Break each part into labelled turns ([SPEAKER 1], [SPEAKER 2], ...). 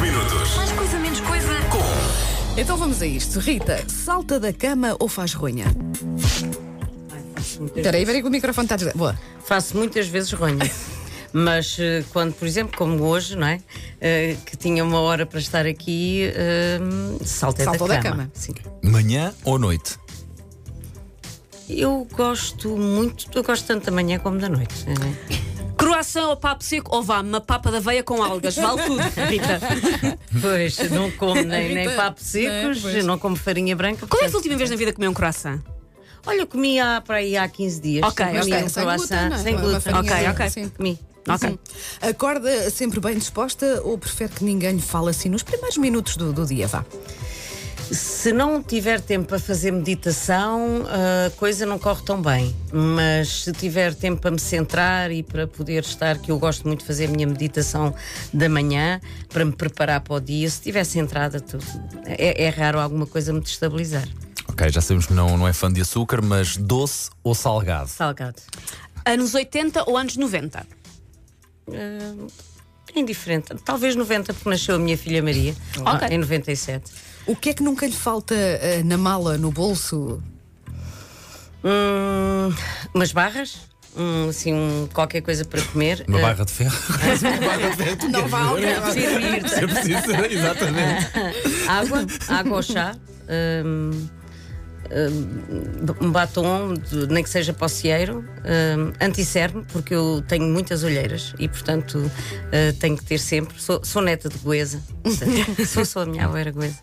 [SPEAKER 1] minutos.
[SPEAKER 2] Mais coisa, menos coisa.
[SPEAKER 3] Então vamos a isto. Rita, salta da cama ou faz ronha? Espera aí, peraí que o microfone está desligado. Boa.
[SPEAKER 4] Faço muitas vezes ronha. Mas eh, quando, por exemplo, como hoje, não é? Eh, que tinha uma hora para estar aqui, uh, saltei
[SPEAKER 3] Saltou da
[SPEAKER 4] da cama.
[SPEAKER 3] cama.
[SPEAKER 4] Sim.
[SPEAKER 1] Manhã ou noite?
[SPEAKER 4] Eu gosto muito, eu gosto tanto da manhã como da noite. É.
[SPEAKER 5] Croação ou papo seco ou vá, uma papa da veia com algas. Vale tudo, Rita.
[SPEAKER 4] Pois, não como nem, nem
[SPEAKER 3] Rita,
[SPEAKER 4] papos secos,
[SPEAKER 3] não é? Pois.
[SPEAKER 4] não como farinha branca.
[SPEAKER 5] Qual é
[SPEAKER 4] portanto-
[SPEAKER 5] a tua última vez na vida que comeu um croissant?
[SPEAKER 4] Olha, eu comi há, para aí há 15 dias.
[SPEAKER 5] Ok,
[SPEAKER 4] Comi
[SPEAKER 5] ok.
[SPEAKER 4] um
[SPEAKER 3] Sem glúten,
[SPEAKER 4] croissant
[SPEAKER 3] não é?
[SPEAKER 4] sem
[SPEAKER 3] Uma
[SPEAKER 4] glúten.
[SPEAKER 3] farinha
[SPEAKER 5] Ok,
[SPEAKER 3] branca,
[SPEAKER 5] ok.
[SPEAKER 3] sim. Uhum.
[SPEAKER 4] Comi.
[SPEAKER 5] Ok.
[SPEAKER 3] Sim. Acorda sempre bem disposta ou prefere que ninguém lhe fale assim nos primeiros minutos do, do dia? Vá.
[SPEAKER 4] Se não tiver tempo para fazer meditação, a coisa não corre tão bem. Mas se tiver tempo para me centrar e para poder estar, que eu gosto muito de fazer a minha meditação da manhã, para me preparar para o dia, se estiver centrada, tudo. É, é raro alguma coisa me destabilizar.
[SPEAKER 1] Ok, já sabemos que não, não é fã de açúcar, mas doce ou salgado?
[SPEAKER 4] Salgado.
[SPEAKER 5] Anos 80 ou anos 90?
[SPEAKER 4] É indiferente. Talvez 90, porque nasceu a minha filha Maria,
[SPEAKER 5] Ok.
[SPEAKER 4] em 97.
[SPEAKER 3] O que é que nunca lhe falta eh, na mala, no bolso?
[SPEAKER 4] Hum, umas barras, hum, assim, um- qualquer coisa para comer.
[SPEAKER 1] Uma
[SPEAKER 4] Ah,
[SPEAKER 1] barra de ferro?
[SPEAKER 3] Não vá ao
[SPEAKER 4] é preciso ir.
[SPEAKER 1] É preciso, exatamente.
[SPEAKER 4] água, água ou chá, hum, hum, um batom, de- nem que seja pocieiro, hum, anticerne, porque eu tenho muitas olheiras e, portanto, eh, tenho que ter sempre. Sou, sou neta de goesa, sou, sou a minha avó era goesa.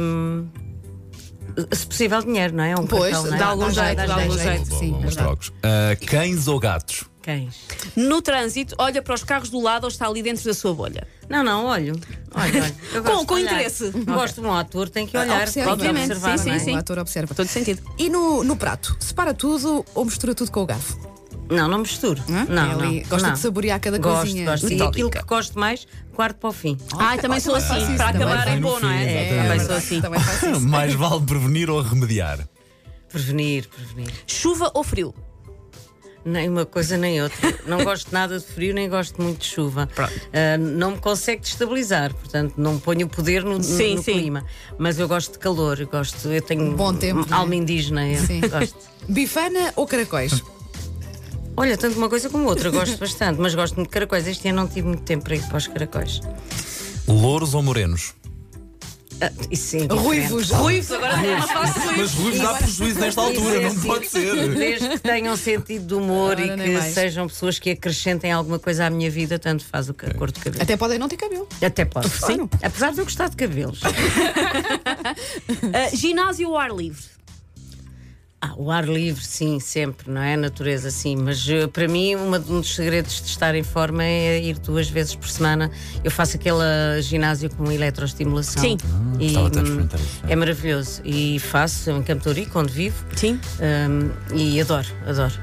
[SPEAKER 4] Hum, se possível, dinheiro, não é? Um
[SPEAKER 3] Pois,
[SPEAKER 4] cartão, não é?
[SPEAKER 3] dá
[SPEAKER 5] algum jeito, dá algum jeito.
[SPEAKER 3] sim,
[SPEAKER 1] Bom, bons
[SPEAKER 3] verdade.
[SPEAKER 1] trocos. Ah, cães ou gatos?
[SPEAKER 4] Cães.
[SPEAKER 5] No trânsito, olha para os carros do lado ou está ali dentro da sua bolha?
[SPEAKER 4] Não, não, olho. olho, olho. Eu
[SPEAKER 5] Com-
[SPEAKER 4] gosto de
[SPEAKER 5] com
[SPEAKER 4] olhar.
[SPEAKER 5] interesse. Ah,
[SPEAKER 4] Gosto de um ator, tem que olhar,
[SPEAKER 3] Observa,
[SPEAKER 4] pode
[SPEAKER 5] obviamente.
[SPEAKER 4] observar.
[SPEAKER 5] Sim,
[SPEAKER 4] não é?
[SPEAKER 5] sim, sim.
[SPEAKER 3] O ator observa.
[SPEAKER 5] Todo sentido.
[SPEAKER 3] E no, no prato? Separa tudo ou mistura tudo com o garfo?
[SPEAKER 4] Não, não misturo.
[SPEAKER 3] Hã?
[SPEAKER 4] Não,
[SPEAKER 3] Ele
[SPEAKER 4] não,
[SPEAKER 3] Hum? É gosta
[SPEAKER 4] não.
[SPEAKER 3] de saborear cada
[SPEAKER 4] gosto,
[SPEAKER 3] coisinha
[SPEAKER 4] Gosto, E
[SPEAKER 3] itálica.
[SPEAKER 4] aquilo que gosto mais, guardo para o fim.
[SPEAKER 5] Ai, também sou assim,
[SPEAKER 3] isso,
[SPEAKER 5] para
[SPEAKER 3] também
[SPEAKER 5] acabar
[SPEAKER 1] vai
[SPEAKER 5] em
[SPEAKER 1] no
[SPEAKER 5] bom, não
[SPEAKER 1] fim,
[SPEAKER 5] é?
[SPEAKER 1] exatamente.
[SPEAKER 5] também
[SPEAKER 3] É
[SPEAKER 5] sou
[SPEAKER 3] verdade,
[SPEAKER 5] assim.
[SPEAKER 3] Também faz isso.
[SPEAKER 1] Mais vale prevenir ou remediar?
[SPEAKER 4] Prevenir, prevenir.
[SPEAKER 5] Chuva ou frio?
[SPEAKER 4] Nem uma coisa nem outra. não gosto nada de frio, nem gosto muito de chuva. Ah, não me consegue destabilizar, portanto, não ponho o poder no, no-
[SPEAKER 5] Sim,
[SPEAKER 4] no
[SPEAKER 5] sim.
[SPEAKER 4] clima. Mas eu gosto de calor, eu gosto, eu tenho
[SPEAKER 3] Bom tempo, não é?
[SPEAKER 4] alma indígena, eu
[SPEAKER 3] Sim.
[SPEAKER 4] gosto.
[SPEAKER 3] Bifana ou caracóis?
[SPEAKER 4] Olha, tanto uma coisa como outra, gosto bastante, mas gosto muito de caracóis. Este ano não tive muito tempo para ir para os caracóis.
[SPEAKER 1] Louros ou morenos?
[SPEAKER 4] Ah, isso é indiferente.
[SPEAKER 3] Ruivos.
[SPEAKER 5] Ruivos, agora tem uma fase ruiva.
[SPEAKER 1] Mas ruivos dá prejuízo nesta
[SPEAKER 4] Isso é assim. Desde que tenham sentido de humor
[SPEAKER 3] Ora,
[SPEAKER 4] e
[SPEAKER 3] nem
[SPEAKER 4] que
[SPEAKER 3] mais.
[SPEAKER 4] sejam pessoas que acrescentem alguma coisa à minha vida, tanto faz o que a cor do cabelo.
[SPEAKER 3] Até podem não ter cabelo.
[SPEAKER 4] Até, posso, sim. Apesar de eu gostar de cabelos.
[SPEAKER 5] Ah, ginásio ou ar livre?
[SPEAKER 4] Ah, o ar livre, sim, sempre, não é? A natureza, sim. Mas eh, para mim, uma- um dos segredos de estar em forma é ir duas vezes por semana. Eu faço aquele ginásio com eletroestimulação.
[SPEAKER 5] Sim.
[SPEAKER 4] E,
[SPEAKER 1] Ah, gostava tanto de
[SPEAKER 4] hum,
[SPEAKER 1] experimentar isso.
[SPEAKER 4] É maravilhoso. E faço em Campo de Ourique, onde vivo.
[SPEAKER 5] Sim.
[SPEAKER 4] Hum, e adoro, adoro.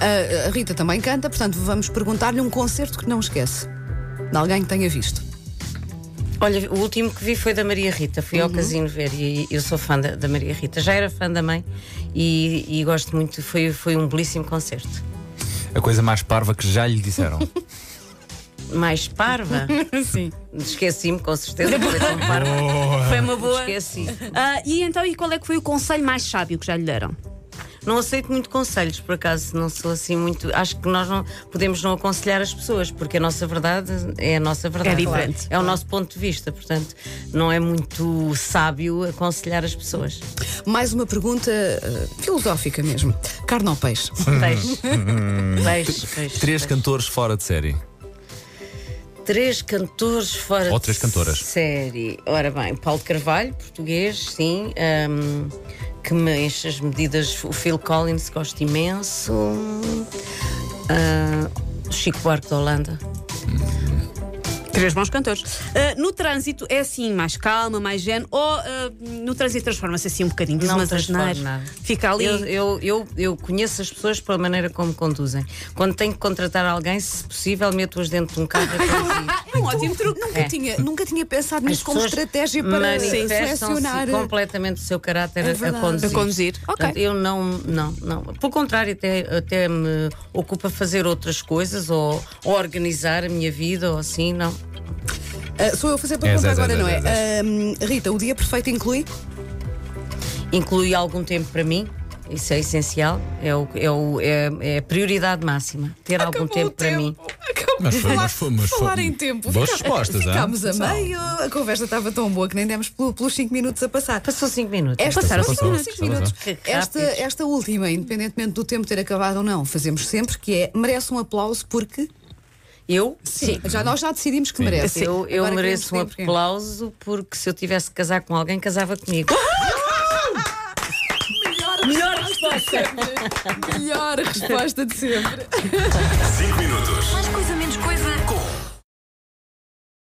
[SPEAKER 3] A a Rita também canta, portanto, vamos perguntar-lhe um concerto que não esquece. De alguém que tenha visto.
[SPEAKER 4] Olha, o último que vi foi da Maria Rita. Fui
[SPEAKER 5] Uhum.
[SPEAKER 4] ao casino ver e eu sou fã da, da Maria Rita. Já era fã da mãe e, e gosto muito. Foi, foi um belíssimo concerto.
[SPEAKER 1] A coisa mais parva que já lhe disseram.
[SPEAKER 4] Mais parva?
[SPEAKER 3] Sim.
[SPEAKER 4] Esqueci-me, com certeza. Foi tão parva.
[SPEAKER 5] Foi uma boa.
[SPEAKER 4] Esqueci.
[SPEAKER 5] Ah, e então, e qual é que foi o conselho mais sábio que já lhe deram?
[SPEAKER 4] Não aceito muito conselhos, por acaso. Não sou assim muito. Acho que nós não podemos não aconselhar as pessoas, porque a nossa verdade é a nossa verdade.
[SPEAKER 5] É diferente.
[SPEAKER 4] É o nosso ponto de vista. Portanto, não é muito sábio aconselhar as pessoas.
[SPEAKER 3] Mais uma pergunta eh, filosófica mesmo. Carne ou peixe?
[SPEAKER 4] Peixe. Peixe, peixe.
[SPEAKER 1] Hum. Três
[SPEAKER 4] peixe.
[SPEAKER 1] cantores fora de série.
[SPEAKER 4] Três cantores fora
[SPEAKER 1] Ou três
[SPEAKER 4] de
[SPEAKER 1] cantoras.
[SPEAKER 4] série. Ora bem, Paulo de Carvalho, português, sim. hum, que me enche as medidas. O Phil Collins, gosto imenso. Ah, o Chico Buarque da Holanda.
[SPEAKER 5] Três bons cantores. Ah, no trânsito é assim, mais calma, mais geno, ou ah, no trânsito transforma-se assim um bocadinho, diz
[SPEAKER 4] Não
[SPEAKER 5] umas
[SPEAKER 4] transforma
[SPEAKER 5] asneiras.
[SPEAKER 4] nada.
[SPEAKER 5] Fica ali.
[SPEAKER 4] Eu, eu, eu, eu conheço as pessoas pela maneira como conduzem. Quando tenho que contratar alguém, se possível, meto-as dentro de um carro. e conduzo.
[SPEAKER 5] Ah, é um ótimo truque.
[SPEAKER 3] Nunca,
[SPEAKER 4] É.
[SPEAKER 3] tinha, nunca tinha pensado
[SPEAKER 4] As
[SPEAKER 3] nisto como
[SPEAKER 4] pessoas
[SPEAKER 3] estratégia para
[SPEAKER 4] manifestam-se
[SPEAKER 3] selecionar. eh,
[SPEAKER 4] completamente o seu caráter
[SPEAKER 3] É
[SPEAKER 4] a
[SPEAKER 3] verdade.
[SPEAKER 4] conduzir.
[SPEAKER 5] A conduzir, ok.
[SPEAKER 4] Portanto, eu não, não, não. Pelo contrário, até, até me ocupa fazer outras coisas ou, ou organizar a minha vida ou assim, não.
[SPEAKER 3] Ah, sou eu a fazer a pergunta
[SPEAKER 1] És, és,
[SPEAKER 3] agora,
[SPEAKER 1] és,
[SPEAKER 3] não é?
[SPEAKER 1] és, és.
[SPEAKER 3] Ah, Rita, o dia perfeito inclui?
[SPEAKER 4] Inclui algum tempo para mim, isso é essencial, é, o, é, o- é- é a prioridade máxima, ter algum
[SPEAKER 3] Acabou
[SPEAKER 4] tempo,
[SPEAKER 3] o
[SPEAKER 4] para mim.
[SPEAKER 3] Acabou
[SPEAKER 1] Mas
[SPEAKER 3] de
[SPEAKER 1] foi-
[SPEAKER 3] falar,
[SPEAKER 1] mas foi- mas foi-
[SPEAKER 3] falar em tempo.
[SPEAKER 1] Boas
[SPEAKER 3] Fica-
[SPEAKER 1] respostas, hã?
[SPEAKER 3] Ficámos a
[SPEAKER 1] São.
[SPEAKER 3] meio, a conversa estava tão boa que nem demos pelo- pelos 5 minutos a passar.
[SPEAKER 4] Passou cinco minutos.
[SPEAKER 3] Esta
[SPEAKER 5] Passaram
[SPEAKER 3] só
[SPEAKER 5] cinco
[SPEAKER 3] foram
[SPEAKER 5] minutos.
[SPEAKER 3] cinco minutos.
[SPEAKER 4] Passaram só. Que
[SPEAKER 3] Esta,
[SPEAKER 4] rápidos.
[SPEAKER 3] esta última, independentemente do tempo ter acabado ou não, fazemos sempre, que é merece um aplauso porque
[SPEAKER 4] Eu?
[SPEAKER 3] sim, já, nós já decidimos que merece.
[SPEAKER 4] Eu, eu
[SPEAKER 3] Agora
[SPEAKER 4] mereço um
[SPEAKER 3] queremos saber porquê.
[SPEAKER 4] aplauso porque se eu tivesse que casar com alguém, casava comigo.
[SPEAKER 3] Melhor resposta! Melhor resposta de sempre.
[SPEAKER 2] 5 minutos.
[SPEAKER 6] Mais coisa, menos coisa.